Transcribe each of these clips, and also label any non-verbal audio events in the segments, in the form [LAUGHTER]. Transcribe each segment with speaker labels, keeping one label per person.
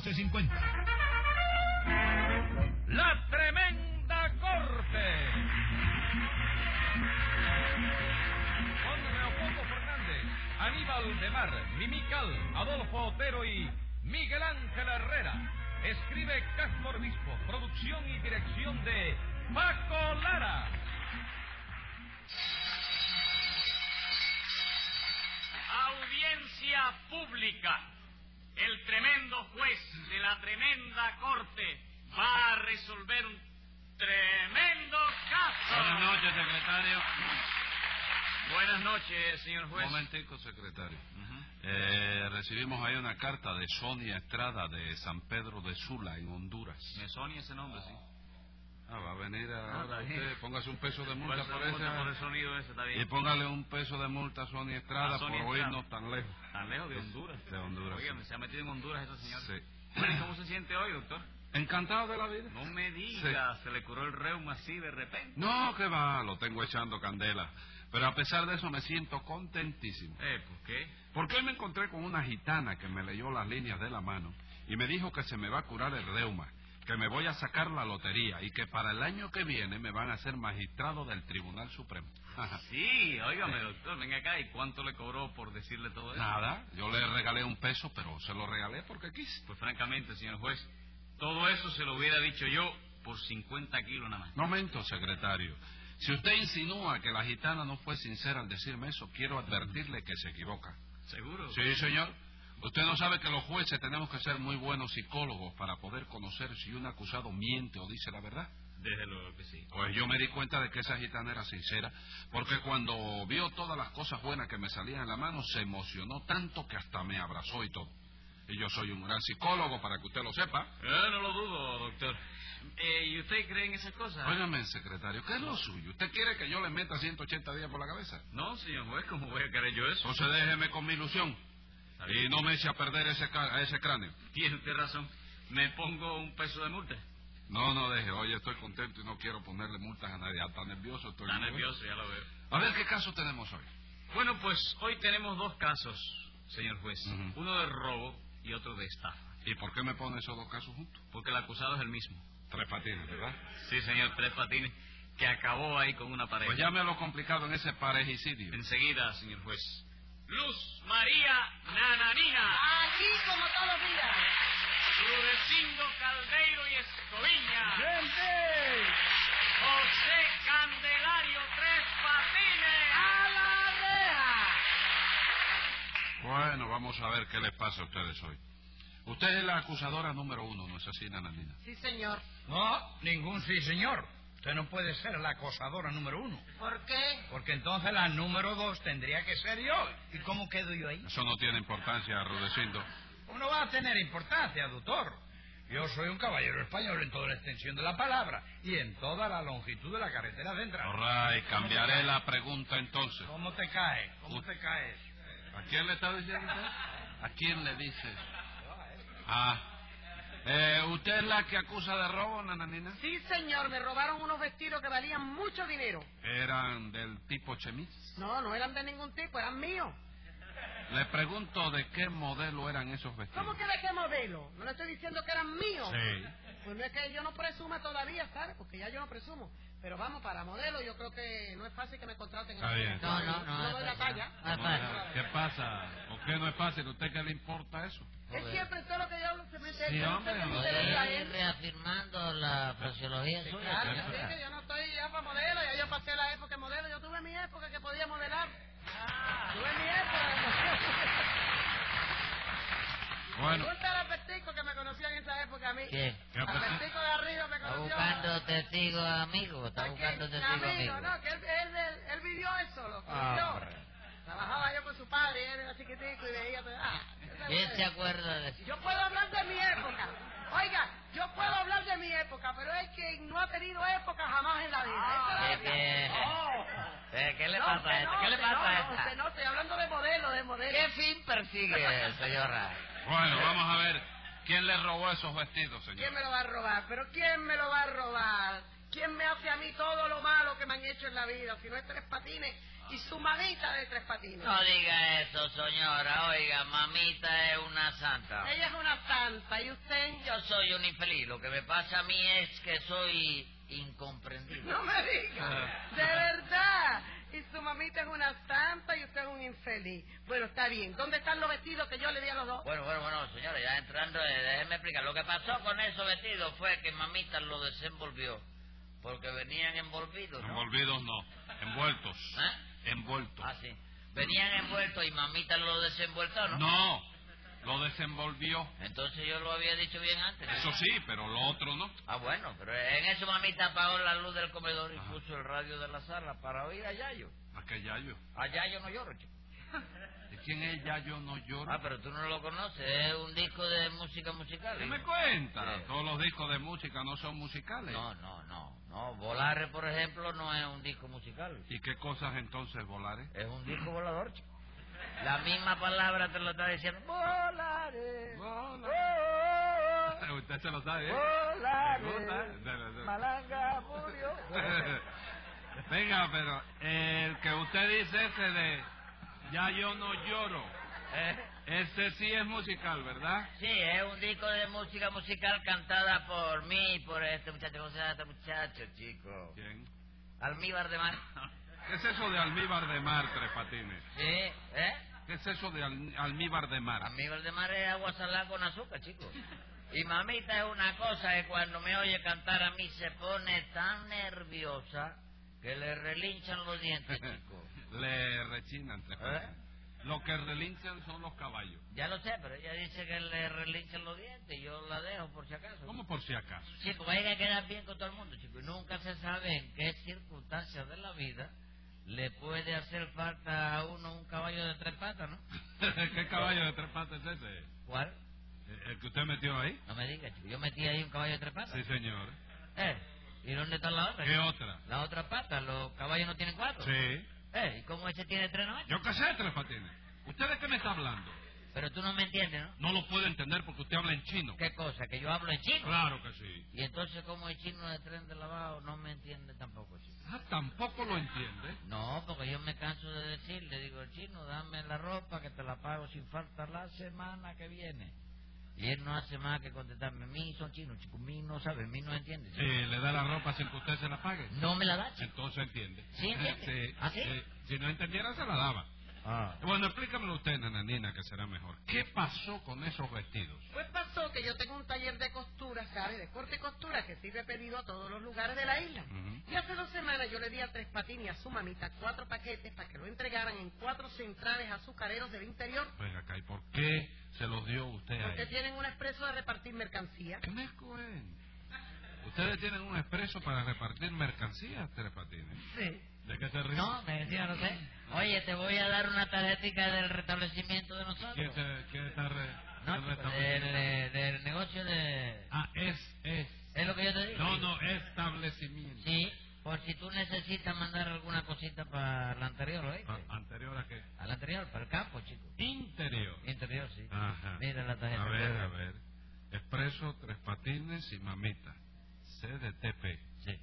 Speaker 1: 12.50.
Speaker 2: La tremenda corte. Con Leopoldo Fernández, Aníbal de Mar, Mimical, Adolfo Otero y Miguel Ángel Herrera. Escribe Castro Obispo, producción y dirección de Paco Lara.
Speaker 3: Audiencia pública. El tremendo juez de la tremenda corte va a resolver un tremendo caso.
Speaker 2: Buenas noches, secretario.
Speaker 3: Buenas noches, señor
Speaker 2: Un
Speaker 3: juez.
Speaker 2: Momentico, secretario. Eh, recibimos ahí una carta de Sonia Estrada de San Pedro de Sula, en Honduras.
Speaker 3: Me sonia ese nombre, sí.
Speaker 2: Ah, va a venir ahora
Speaker 3: Ah, está bien.
Speaker 2: usted, póngase un peso de multa
Speaker 3: Por
Speaker 2: por
Speaker 3: eso, por el
Speaker 2: esa...
Speaker 3: sonido ese, está bien.
Speaker 2: Y póngale un peso de multa a Sonia Estrada
Speaker 3: A Sonia
Speaker 2: por
Speaker 3: Estrada.
Speaker 2: oírnos tan lejos.
Speaker 3: Tan lejos de Honduras.
Speaker 2: De Honduras,
Speaker 3: Oiga,
Speaker 2: sí.
Speaker 3: se ha metido en Honduras esa señora.
Speaker 2: Sí.
Speaker 3: Bueno, ¿y cómo se siente hoy, doctor?
Speaker 2: Encantado de la vida.
Speaker 3: No me diga, se le curó el reuma así de repente.
Speaker 2: No, que va, lo tengo echando candela. Pero a pesar de eso me siento contentísimo.
Speaker 3: Eh, ¿por qué?
Speaker 2: Porque hoy me encontré con una gitana que me leyó las líneas de la mano y me dijo que se me va a curar el reuma, que me voy a sacar la lotería y que para el año que viene me van a ser magistrado del Tribunal Supremo. [LAUGHS]
Speaker 3: Sí, óigame, doctor, venga acá. ¿Y cuánto le cobró por decirle todo eso?
Speaker 2: Nada, yo le regalé un peso, pero se lo regalé porque quise.
Speaker 3: Pues francamente, señor juez, todo eso se lo hubiera dicho yo por 50 kilos nada más.
Speaker 2: Momento, secretario. Si usted insinúa que la gitana no fue sincera al decirme eso, quiero advertirle que se equivoca.
Speaker 3: ¿Seguro?
Speaker 2: Sí, señor. Usted no sabe que los jueces tenemos que ser muy buenos psicólogos para poder conocer si un acusado miente o dice la verdad.
Speaker 3: Desde luego que sí.
Speaker 2: Pues yo me di cuenta de que esa gitana era sincera, porque cuando vio todas las cosas buenas que me salían en la mano, se emocionó tanto que hasta me abrazó y todo. Y yo soy un gran psicólogo, para que usted lo sepa.
Speaker 3: Eh, no lo dudo, doctor. Eh, ¿Y usted cree en esas cosas?
Speaker 2: Óigame, secretario, ¿qué es lo suyo? ¿Usted quiere que yo le meta 180 días por la cabeza?
Speaker 3: No, señor juez, ¿cómo voy a querer yo eso?
Speaker 2: Entonces déjeme con mi ilusión
Speaker 3: Está
Speaker 2: y
Speaker 3: bien.
Speaker 2: no me eche a perder ese, ca- a ese cráneo.
Speaker 3: [LAUGHS] Tiene usted razón. Me pongo un peso de multa.
Speaker 2: No, no deje. Oye, estoy contento y no quiero ponerle multas a nadie. Tan nervioso estoy.
Speaker 3: Está nervioso, ya lo veo.
Speaker 2: A ver qué caso tenemos hoy.
Speaker 3: Bueno, pues hoy tenemos dos casos, señor juez.
Speaker 2: Ujú.
Speaker 3: Uno de robo y otro de estafa.
Speaker 2: ¿Y por qué me pone esos dos casos juntos?
Speaker 3: Porque el acusado es el mismo.
Speaker 2: Tres patines, ¿verdad?
Speaker 3: Sí, señor Tres Patines, que acabó ahí con una pareja.
Speaker 2: Pues llame a lo complicado en ese parejicidio.
Speaker 3: Enseguida, señor juez. Luz María Nananina,
Speaker 4: Aquí como todos días.
Speaker 3: Rudecindo Caldeiro y Escoviña. José Candelario Tres Patines.
Speaker 4: ¡A la reja!
Speaker 2: Bueno, vamos a ver qué les pasa a ustedes hoy. Usted es la acusadora número uno, ¿no es así, Nananina?
Speaker 4: Sí, señor.
Speaker 5: No, ningún sí, señor. Usted no puede ser la acosadora número uno,
Speaker 4: ¿Por qué?
Speaker 5: porque entonces la número dos tendría que ser yo. ¿Y cómo quedo yo ahí?
Speaker 2: Eso no tiene importancia, Rudecindo.
Speaker 5: Uno va a tener importancia, doctor. Yo soy un caballero español en toda la extensión de la palabra y en toda la longitud de la carretera central.
Speaker 2: Alright, cambiaré la pregunta entonces.
Speaker 5: ¿Cómo te cae? ¿Cómo te cae eso?
Speaker 2: ¿A quién le está diciendo usted? ¿A quién le dices? Ah. Eh, ¿Usted es la que acusa de robo, Nananina?
Speaker 4: Sí, señor. Me robaron unos vestidos que valían mucho dinero.
Speaker 2: ¿Eran del tipo chemis?
Speaker 4: No, no eran de ningún tipo, eran míos.
Speaker 2: Le pregunto de qué modelo eran esos vestidos.
Speaker 4: ¿Cómo que de qué modelo? No le estoy diciendo que eran míos.
Speaker 2: Sí.
Speaker 4: Pues no es que yo no presuma todavía, ¿sabe? Porque ya yo no presumo. Pero vamos, para modelo yo creo que no es fácil que me contraten.
Speaker 2: Está bien.
Speaker 4: No, no, no. No doy la talla.
Speaker 2: ¿Qué pasa? ¿Por qué no es fácil? ¿A usted qué le importa eso?
Speaker 4: Es siempre todo lo que yo hablo se mete
Speaker 2: Sí,
Speaker 4: yo no
Speaker 2: hombre,
Speaker 4: sé qué me
Speaker 2: no
Speaker 4: interesa
Speaker 2: sé.
Speaker 4: a
Speaker 6: Estoy
Speaker 4: él.
Speaker 6: reafirmando la fraseología
Speaker 4: Sí,
Speaker 6: suya.
Speaker 4: claro,
Speaker 6: ¿verdad?
Speaker 4: así que yo no estoy ya para modelo, ya yo pasé la época de modelo, yo tuve mi época que podía modelar.
Speaker 6: Ah.
Speaker 4: Tuve mi época de modelo.
Speaker 2: Bueno,
Speaker 4: Pregunta al Albertico que me conocía en esa época a mí.
Speaker 6: ¿Qué?
Speaker 2: ¿Qué
Speaker 4: Albertico de arriba me
Speaker 6: Está
Speaker 4: conoció.
Speaker 6: buscando testigos amigos. Está
Speaker 4: Aquí,
Speaker 6: buscando testigos
Speaker 4: amigo,
Speaker 6: amigos.
Speaker 4: no, que él, él, él- él vivió eso, lo conoció.
Speaker 6: Hombre.
Speaker 4: Trabajaba yo con su padre, y él era chiquitico y veía... todo. Ah, esa
Speaker 6: ¿Quién
Speaker 4: mujer.
Speaker 6: se acuerda de eso?
Speaker 4: Yo puedo hablar de mi época. Oiga, yo puedo hablar de mi época, pero es que no ha tenido época jamás en la vida. Esa
Speaker 6: Ah,
Speaker 4: es la Oh.
Speaker 6: ¿Qué,
Speaker 4: verdad.
Speaker 6: Eh, qué, qué le
Speaker 4: No,
Speaker 6: pasa a
Speaker 4: usted
Speaker 6: esta?
Speaker 4: no,
Speaker 6: ¿Qué le
Speaker 4: usted
Speaker 6: pasa a
Speaker 4: no, usted
Speaker 6: esta?
Speaker 4: no, estoy hablando de modelo, de modelo.
Speaker 6: ¿Qué fin persigue, señora?
Speaker 2: bueno, vamos a ver. ¿Quién le robó esos vestidos,
Speaker 4: ¿Quién
Speaker 2: señor?
Speaker 4: me lo va a robar? ¿Pero quién me lo va a robar? ¿Quién me hace a mí todo lo malo que me han hecho en la vida? Si no es Tres Patines y su mamita de Tres Patines.
Speaker 6: Ah. No diga eso, señora. Oiga, mamita es una santa.
Speaker 4: Ella es una santa y ¿Y usted?
Speaker 6: Yo soy un infeliz. Lo que me pasa a mí es que soy incomprendido.
Speaker 4: No me diga.
Speaker 6: Ah.
Speaker 4: De verdad. Y su mamita es una santa y usted es un infeliz. Bueno, está bien. ¿Dónde están los vestidos que yo le di a los dos?
Speaker 6: Bueno, bueno, bueno, señores, ya entrando, eh, déjenme explicar. Lo que pasó con esos vestidos fue que mamita lo desenvolvió. Porque venían envolvidos, ¿no?
Speaker 2: Envolvidos no, envueltos.
Speaker 6: ¿Eh?
Speaker 2: Envueltos.
Speaker 6: Ah, sí. Venían envueltos y mamita lo desenvolvió, ¿no?
Speaker 2: No, lo desenvolvió.
Speaker 6: Entonces yo lo había dicho bien antes.
Speaker 2: Eso sí, pero lo otro no.
Speaker 6: Ah, bueno, pero en eso mamita apagó la luz del comedor y
Speaker 2: Ajá.
Speaker 6: puso el radio de la sala para oír a Yayo.
Speaker 2: Aquel Yayo.
Speaker 6: A Yayo no lloro, chico.
Speaker 2: ¿De quién es Yayo no llora?
Speaker 6: Ah, pero tú no lo conoces, es un disco de música musical.
Speaker 2: ¿Qué me
Speaker 6: ¿eh?
Speaker 2: cuenta?
Speaker 6: Sí.
Speaker 2: Todos los discos de música no son musicales.
Speaker 6: No, no, no, no. Volare, por ejemplo, no es un disco musical.
Speaker 2: ¿Y qué cosas entonces, Volares?
Speaker 6: Es un disco volador, chico. La misma palabra te lo está diciendo. Volare.
Speaker 2: Volare. Usted se lo sabe, ¿eh? Me gusta, ¿eh?
Speaker 6: Volare.
Speaker 2: Se lo- se lo-
Speaker 6: Malanga murió.
Speaker 2: [LAUGHS] Venga, pero el que usted dice ese de Ya yo no lloro,
Speaker 6: ¿Eh?
Speaker 2: ese sí es musical, ¿verdad?
Speaker 6: Sí, es un disco de música musical cantada por mí y por este muchacho. ¿Cómo se llama este muchacho, chico?
Speaker 2: Bien.
Speaker 6: Almíbar de mar.
Speaker 2: ¿Qué es eso de almíbar de mar, Tres Patines?
Speaker 6: Sí, ¿eh?
Speaker 2: ¿Qué es eso de al- almíbar de mar?
Speaker 6: Almíbar de mar es agua salada con azúcar, chico. Y mamita es una cosa que cuando me oye cantar a mí se pone tan nerviosa que le relinchan los dientes, [LAUGHS] chico.
Speaker 2: Le rechinan, Tres
Speaker 6: ¿Eh?
Speaker 2: Patines. Lo que relinchan son los caballos.
Speaker 6: Ya lo sé, pero ella dice que le relinchan los dientes y yo la dejo por si acaso.
Speaker 2: ¿Cómo por si acaso? [LAUGHS]
Speaker 6: Sí, porque hay que quedar bien con todo el mundo, chico. Y nunca se sabe en qué circunstancias de la vida le puede hacer falta a uno un caballo de tres patas, ¿no?
Speaker 2: ¿Qué caballo de Tres Patines es ese?
Speaker 6: ¿Cuál?
Speaker 2: ¿El- ¿El que usted metió ahí?
Speaker 6: No me digas, chico. Yo metí ahí un caballo de tres patas.
Speaker 2: Sí, señor.
Speaker 6: ¿Eh? ¿Y dónde está la otra?
Speaker 2: ¿Qué otra?
Speaker 6: La otra pata, los caballos no tienen cuatro.
Speaker 2: Sí.
Speaker 6: ¿Eh? ¿Y cómo ese tiene tres nomás?
Speaker 2: Yo qué sé, Tres Patines. ¿Usted de qué me está hablando?
Speaker 6: Pero tú no me entiendes, ¿no?
Speaker 2: No lo puedo entender porque usted habla en chino.
Speaker 6: ¿Qué cosa? ¿Que yo hablo en chino?
Speaker 2: Claro que sí.
Speaker 6: Y entonces, como el chino de tren de lavado no me entiende tampoco, chico.
Speaker 2: Ah, tampoco lo entiende.
Speaker 6: No, porque yo me canso de decirle, digo, chino, dame la ropa que te la pago sin falta la semana que viene. Y él no hace más que contestarme, mí son chinos, chico, mí no sabe, mí no entiende. chico".
Speaker 2: Eh, le da la ropa sin que usted se la pague.
Speaker 6: No me la da, chico.
Speaker 2: Entonces entiende.
Speaker 6: Sí, entiende.
Speaker 2: Sí,
Speaker 6: ¿Ah, sí?
Speaker 2: eh, si no entendiera, se la daba. Bueno, explícamelo usted, nananina, que será mejor. ¿Qué pasó con esos vestidos?
Speaker 4: Pues pasó que yo tengo un taller de costura, ¿sabe? De corte y costura que sirve pedido a todos los lugares de la isla.
Speaker 2: Ujú.
Speaker 4: Y hace dos semanas yo le di a Tres Patines y a su mamita cuatro paquetes para que lo entregaran en cuatro centrales azucareros del interior
Speaker 2: Venga Pues acá, ¿y por qué se los dio usted a
Speaker 4: porque
Speaker 2: ellos?
Speaker 4: tienen un expreso de repartir mercancía.
Speaker 2: ¿Qué me escogen? Ustedes tienen un expreso para repartir mercancías, Tres Patines.
Speaker 6: Sí.
Speaker 2: ¿De qué se ríe?
Speaker 6: No, me decía, no sé. Oye, te voy a dar una tarjetica del restablecimiento de nosotros.
Speaker 2: ¿Quién, se, quién está re- está
Speaker 6: No, chico, del,
Speaker 2: restableciendo?
Speaker 6: eh, del negocio de...
Speaker 2: Ah, es, es.
Speaker 6: Es lo que yo te digo.
Speaker 2: No, no, establecimiento.
Speaker 6: Sí, por si tú necesitas mandar alguna cosita para la anterior, ¿oíste?
Speaker 2: A- Ah, anterior a qué?
Speaker 6: Al anterior, para el campo, chico.
Speaker 2: Interior.
Speaker 6: Interior, sí.
Speaker 2: Ajá.
Speaker 6: Mira la tarjeta.
Speaker 2: A ver, a ver. Expreso, tres patines y mamita. CDTP.
Speaker 6: Sí.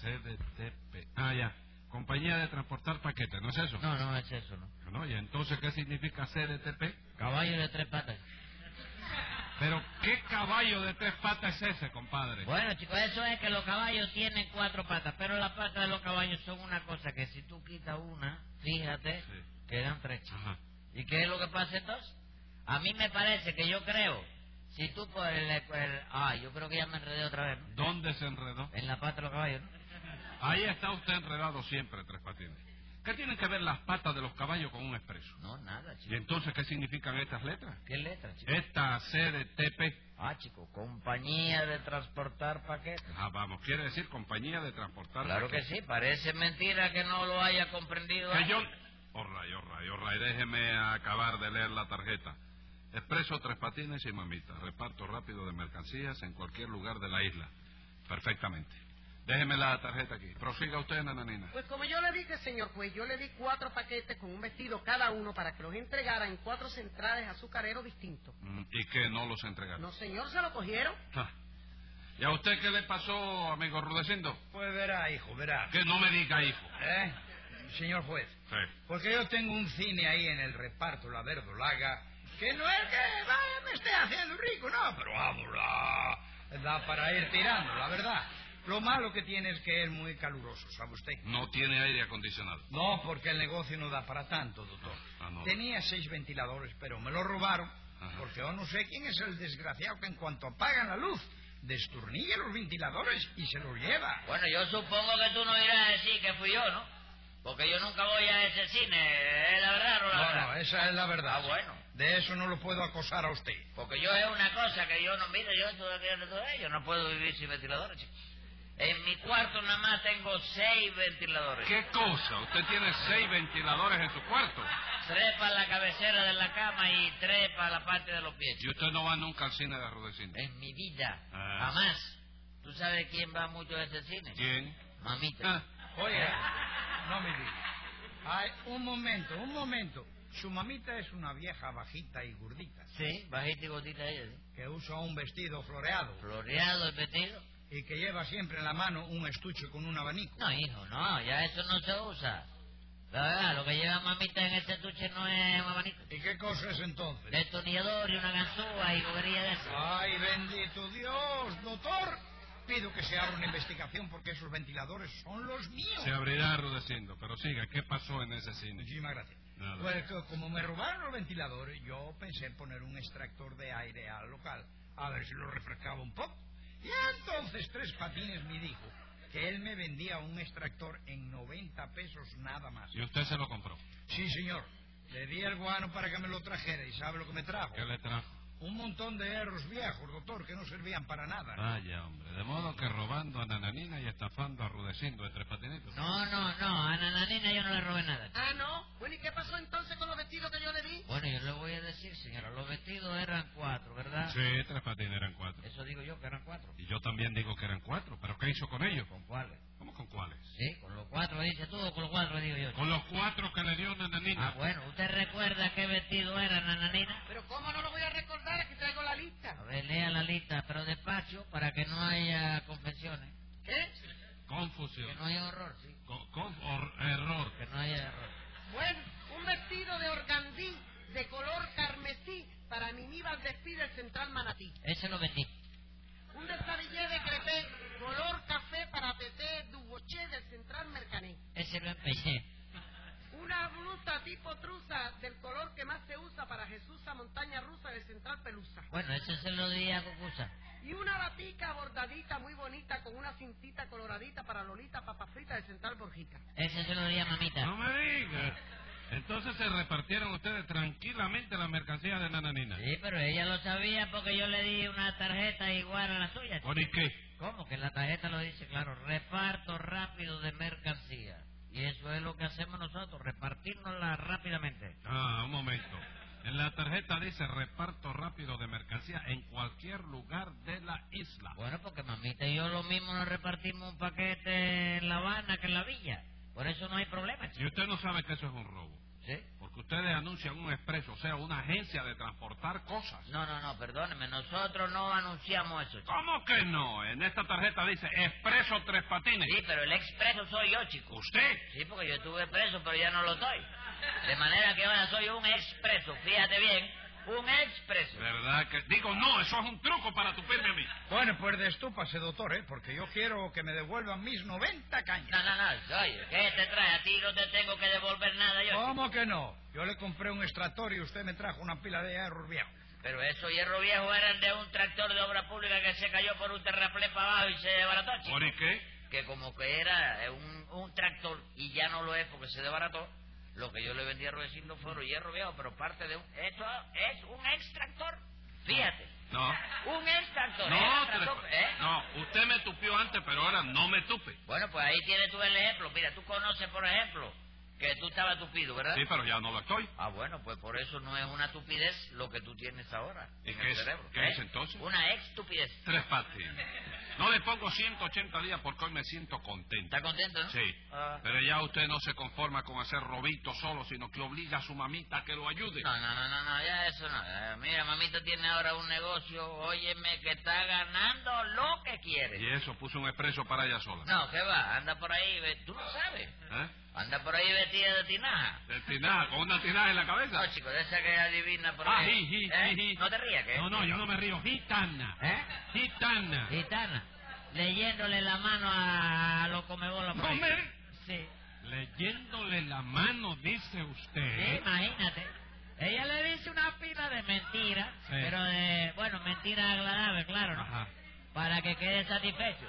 Speaker 2: CDTP. Ah, ya. Compañía de transportar paquetes, ¿no es eso?
Speaker 6: No, no es eso, ¿no?
Speaker 2: No, ¿Y entonces qué significa CDTP?
Speaker 6: Caballo de tres patas.
Speaker 2: Pero, ¿qué caballo de tres patas es ese, compadre?
Speaker 6: Bueno, chicos, eso es que los caballos tienen cuatro patas, pero las patas de los caballos son una cosa que si tú quitas una, fíjate,
Speaker 2: Sí.
Speaker 6: quedan tres. chicos.
Speaker 2: Ajá.
Speaker 6: ¿Y qué es lo que pasa entonces? A mí me parece que yo creo, si tú por el... el- ah, yo creo que ya me enredé otra vez, ¿no?
Speaker 2: ¿Dónde se enredó?
Speaker 6: En la pata de los caballos, ¿no?
Speaker 2: Ahí está usted enredado siempre, tres patines. ¿Qué tienen que ver las patas de los caballos con un expreso?
Speaker 6: No, nada,
Speaker 2: ¿Y
Speaker 6: chico.
Speaker 2: entonces qué significan estas letras?
Speaker 6: ¿Qué letra, chico?
Speaker 2: Esta CDTP.
Speaker 6: Ah, chico, compañía de transportar paquetes.
Speaker 2: Ah, vamos, quiere decir compañía de transportar.
Speaker 6: Claro que sí, parece mentira que no lo haya comprendido.
Speaker 2: Que
Speaker 6: antes.
Speaker 2: yo... Oh, ray, oh, ray, oh, ray, déjeme acabar de leer la tarjeta. Expreso Tres Patines y Mamita. Reparto rápido de mercancías en cualquier lugar de la isla. Perfectamente. Déjeme la tarjeta aquí. Prosiga usted, nananina.
Speaker 4: Pues como yo le dije, señor juez, yo le di cuatro paquetes con un vestido cada uno para que los entregara en cuatro centrales azucareros distintos.
Speaker 2: Mm, Y que no los entregaron.
Speaker 4: No, señor, se lo cogieron.
Speaker 2: Ah. ¿Y a usted qué le pasó, amigo Rudecindo?
Speaker 5: Pues verá, hijo, verá.
Speaker 2: Que no me diga, hijo.
Speaker 5: ¿Eh? Señor juez,
Speaker 2: Sí.
Speaker 5: porque yo tengo un cine ahí en el reparto La Verdolaga Que no es que vaya, me esté haciendo rico, no, pero vamos, ah, da para ir tirando, la verdad. Lo malo que tiene es que es muy caluroso, ¿sabe usted?
Speaker 2: No tiene aire acondicionado.
Speaker 5: No, porque el negocio no da para tanto, doctor.
Speaker 2: Ah, no.
Speaker 5: Tenía seis ventiladores, pero me los robaron.
Speaker 2: Ajá.
Speaker 5: Porque yo no sé quién es el desgraciado que en cuanto apagan la luz, desturnilla los ventiladores y se los lleva.
Speaker 6: Bueno, yo supongo que tú no irás a decir que fui yo, ¿no? Porque yo nunca voy a ese cine, ¿es la verdad o no la
Speaker 2: Ah.
Speaker 5: No,
Speaker 6: verdad?
Speaker 5: no, esa es la verdad.
Speaker 6: Ah, bueno.
Speaker 5: De eso no lo puedo acosar a usted.
Speaker 6: Porque yo es una cosa que yo no, mire, yo, todo aquello, todo aquello, yo no puedo vivir sin ventiladores, chico. En mi cuarto nada más tengo seis ventiladores.
Speaker 2: ¿Qué cosa? Usted tiene seis ventiladores en su cuarto.
Speaker 6: Tres para la cabecera de la cama y tres para la parte de los pies.
Speaker 2: Y usted no va nunca al cine de Rudecindo.
Speaker 6: En mi vida,
Speaker 2: Ah.
Speaker 6: jamás. ¿Tú sabes quién va mucho a ese cine?
Speaker 2: ¿Quién?
Speaker 6: Mamita.
Speaker 2: Ah,
Speaker 5: Oiga, no me diga. Ay, un momento, un momento. Su mamita es una vieja bajita y gordita
Speaker 6: Sí, bajita y gordita ella, ¿sí?
Speaker 5: que usa un vestido floreado
Speaker 6: Floreado el vestido.
Speaker 5: y que lleva siempre en la mano un estuche con un abanico.
Speaker 6: No, hijo, no, ya eso no se usa. La verdad, lo que lleva mamita en ese estuche no es un abanico.
Speaker 5: ¿Y qué cosa es entonces?
Speaker 6: Destornillador y una ganzúa y bobería de eso.
Speaker 5: Ay, bendito Dios, doctor. Pido que se abra una investigación porque esos ventiladores son los míos.
Speaker 2: se abrirá Rudecindo. Pero siga, ¿qué pasó en ese cine?
Speaker 5: Muchísimas gracias.
Speaker 2: Nada.
Speaker 5: Pues co- como me robaron los ventiladores, yo pensé en poner un extractor de aire al local, a ver si lo refrescaba un poco. Y entonces Tres Patines me dijo que él me vendía un extractor en 90 pesos nada más.
Speaker 2: Y usted se lo compró.
Speaker 5: Sí, señor. Le di el guano para que me lo trajera y sabe lo que me trajo.
Speaker 2: ¿Qué le trajo?
Speaker 5: Un montón de erros viejos, doctor, que no servían para nada.
Speaker 2: Vaya, hombre. De modo que robando a Nananina y estafando a Rudecindo de tres patinitos.
Speaker 6: No, no, no, a Nananina yo no le robé nada.
Speaker 4: Ah, no. Bueno, ¿y qué pasó entonces con los vestidos que yo le di?
Speaker 6: Bueno, yo le voy a decir, señora, los vestidos eran cuatro, ¿verdad?
Speaker 2: Sí, tres patines eran cuatro.
Speaker 6: Eso digo yo, que eran cuatro.
Speaker 2: Y yo también digo que eran cuatro. ¿Pero qué hizo con ellos?
Speaker 6: ¿Con cuáles?
Speaker 2: ¿Cómo con cuáles?
Speaker 6: Sí, con los cuatro, dice tú, o con los cuatro, digo yo.
Speaker 2: Con los cuatro que le dio Nananina.
Speaker 6: Ah, bueno, ¿usted recuerda qué vestido era, Nananina?
Speaker 4: Pero ¿cómo no lo voy a recordar? Aquí traigo la lista.
Speaker 6: A ver, lea la lista, pero despacio, para que no haya confesiones.
Speaker 4: ¿Qué?
Speaker 2: Confusión.
Speaker 6: Que no haya horror, sí.
Speaker 2: Co- con- or- error.
Speaker 6: Que no haya error.
Speaker 4: Bueno, un vestido de organdí de color carmesí para Mimi Valdespí del Central Manatí.
Speaker 6: Ese lo vendí.
Speaker 4: Un desabillé de crepé color café para Tete Duboché del Central Mercané.
Speaker 6: Ese lo empecé.
Speaker 4: Una blusa tipo truza del color que más se usa para Jesús a Montaña Rusa del Central Pelusa.
Speaker 6: Bueno, ese se lo di a Cucusa.
Speaker 4: Y una batica bordadita muy bonita con una cintita coloradita para Lolita Papafrita del Central Borjita.
Speaker 6: Ese se lo di a mamita.
Speaker 2: No me diga. Entonces se repartieron ustedes tranquilamente la mercancía de Nananina.
Speaker 6: Sí, pero ella lo sabía porque yo le di una tarjeta igual a la suya.
Speaker 2: ¿Por y qué?
Speaker 6: ¿Cómo? Que la tarjeta lo dice, claro, reparto rápido de mercancía. Y eso es lo que hacemos nosotros, repartirnosla rápidamente.
Speaker 2: Ah, un momento. En la tarjeta dice reparto rápido de mercancía en cualquier lugar de la isla.
Speaker 6: Bueno, porque mamita y yo lo mismo nos repartimos un paquete en La Habana que en la villa. Por eso no hay problema,
Speaker 2: Y
Speaker 6: chico.
Speaker 2: usted no sabe que eso es un robo.
Speaker 6: ¿Sí?
Speaker 2: Porque ustedes anuncian un expreso, o sea, una agencia de transportar cosas.
Speaker 6: No, no, no, perdóneme, nosotros no anunciamos eso, chico.
Speaker 2: ¿Cómo que no? En esta tarjeta dice expreso tres patines.
Speaker 6: Sí, pero el expreso soy yo, chico.
Speaker 2: ¿Usted?
Speaker 6: Sí, porque yo estuve preso, pero ya no lo estoy. De manera que ahora soy un expreso, fíjate bien, un expreso.
Speaker 2: ¿Verdad que...? Digo, no, eso es un truco para tupirme a mí.
Speaker 5: Bueno, pues destúpase, doctor, ¿eh? porque yo quiero que me devuelvan mis 90
Speaker 6: No,
Speaker 5: cañas.
Speaker 6: no, no, oye, ¿qué te trae? A ti no te tengo que devolver nada yo.
Speaker 5: ¿Cómo que no? Yo le compré un extractor y usted me trajo una pila de hierros viejos.
Speaker 6: Pero esos hierros viejos eran de un tractor de obra pública que se cayó por un terraplén para abajo y se desbarató, chico.
Speaker 2: ¿Por y qué?
Speaker 6: Que como que era eh, un, un tractor y ya no lo es porque se desbarató, lo que yo le vendí a Rudecindo fueron hierro viejo, pero parte de un... Esto es un extractor, fíjate.
Speaker 2: No.
Speaker 6: Un extractor. era
Speaker 2: No,
Speaker 6: tractor,
Speaker 2: tres-
Speaker 6: ¿eh?
Speaker 2: no, usted me tupió antes, pero ahora no me tupe.
Speaker 6: Bueno, pues ahí tienes tú el ejemplo. Mira, tú conoces, por ejemplo, que tú estabas tupido, ¿verdad?
Speaker 2: Sí, pero ya no lo estoy.
Speaker 6: Ah, bueno, pues por eso no es una tupidez lo que tú tienes ahora
Speaker 2: ¿Y
Speaker 6: en
Speaker 2: qué
Speaker 6: el
Speaker 2: es-
Speaker 6: cerebro.
Speaker 2: qué es entonces?
Speaker 6: Una estupidez.
Speaker 2: Tres patines. No le pongo 180 días porque hoy me siento contento.
Speaker 6: ¿Está contento, no?
Speaker 2: Sí.
Speaker 6: Ah.
Speaker 2: Pero ya usted no se conforma con hacer robito solo, sino que obliga a su mamita a que lo ayude.
Speaker 6: No, no, no, no, no, ya eso no. Eh, Mira, mamita tiene ahora un negocio, óyeme, que está ganando lo que quiere.
Speaker 2: Y eso, puso un expreso para ella sola.
Speaker 6: No, ¿qué va? Anda por ahí, ve- tú no sabes.
Speaker 2: ¿Eh?
Speaker 6: Anda por ahí vestida de tinaja.
Speaker 2: De tinaja, con una tinaja en la cabeza.
Speaker 6: No, chico, de esa que adivina por
Speaker 7: Ah, ji,
Speaker 6: ahí.
Speaker 7: ji,
Speaker 6: ¿Eh?
Speaker 7: ji, ji.
Speaker 6: No te rías, ¿qué?
Speaker 7: No, no, yo no me río. Gitana.
Speaker 6: ¿Eh?
Speaker 7: Gitana.
Speaker 6: Gitana, leyéndole la mano a, los comebolas por ahí.
Speaker 7: ¿Comer?
Speaker 6: Sí.
Speaker 7: Leyéndole la mano, dice
Speaker 6: Sí,
Speaker 7: usted.
Speaker 6: imagínate. Ella le dice una pila de mentiras,
Speaker 7: Sí.
Speaker 6: pero de, bueno, mentiras agradables, claro, ¿no?
Speaker 7: Ajá.
Speaker 6: Para que quede satisfecho.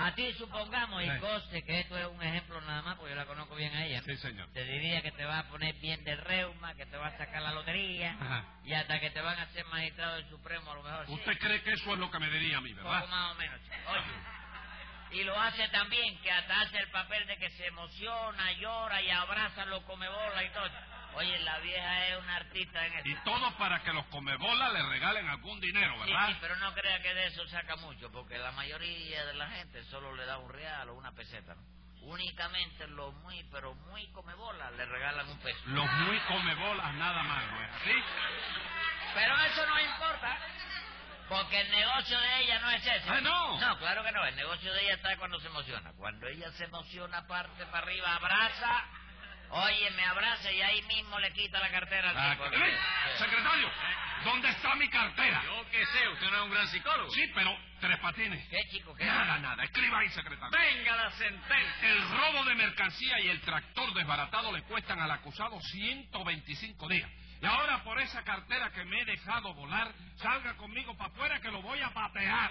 Speaker 6: A ti, supongamos,
Speaker 7: Sí.
Speaker 6: y coste que esto es un ejemplo nada más, porque yo la conozco bien a ella.
Speaker 2: Sí, señor.
Speaker 6: Te diría que te va a poner bien del reuma, que te va a sacar la lotería,
Speaker 7: Ajá.
Speaker 6: y hasta que te van a hacer magistrado del Supremo, a lo mejor. sí.
Speaker 2: Usted cree que eso es lo que me diría a mí,
Speaker 6: Poco
Speaker 2: ¿verdad?
Speaker 6: más o menos. chico. Oye, y lo hace también que hasta hace el papel de que se emociona, llora y abraza los comebolas y todo. Oye, la vieja es una artista en eso.
Speaker 2: Y todo para que los comebolas le regalen algún dinero,
Speaker 6: Sí,
Speaker 2: ¿verdad?
Speaker 6: sí, pero no crea que de eso saca mucho, porque la mayoría de la gente solo le da un real o una peseta. ¿no? Únicamente los muy, pero muy comebolas le regalan un peso.
Speaker 2: Los muy comebolas nada más, ¿no es así?
Speaker 6: Pero eso no importa, porque el negocio de ella no es ese.
Speaker 2: Ah, no.
Speaker 6: No, claro que no. El negocio de ella está cuando se emociona. Cuando ella se emociona, parte para arriba, abraza. Oye, me abraza y ahí mismo le quita la cartera al
Speaker 2: Ah,
Speaker 6: tipo.
Speaker 2: ¡Ey! Secretario, ¿dónde está mi cartera?
Speaker 3: Yo qué sé, usted no es un gran psicólogo.
Speaker 2: Sí, pero tres patines.
Speaker 6: ¿Qué chico? ¿Qué?
Speaker 2: Nada, nada. Escriba ahí, secretario.
Speaker 3: Venga la sentencia.
Speaker 2: El robo de mercancía y el tractor desbaratado le cuestan al acusado 125 días. Y ahora por esa cartera que me he dejado volar, salga conmigo para afuera que lo voy a patear.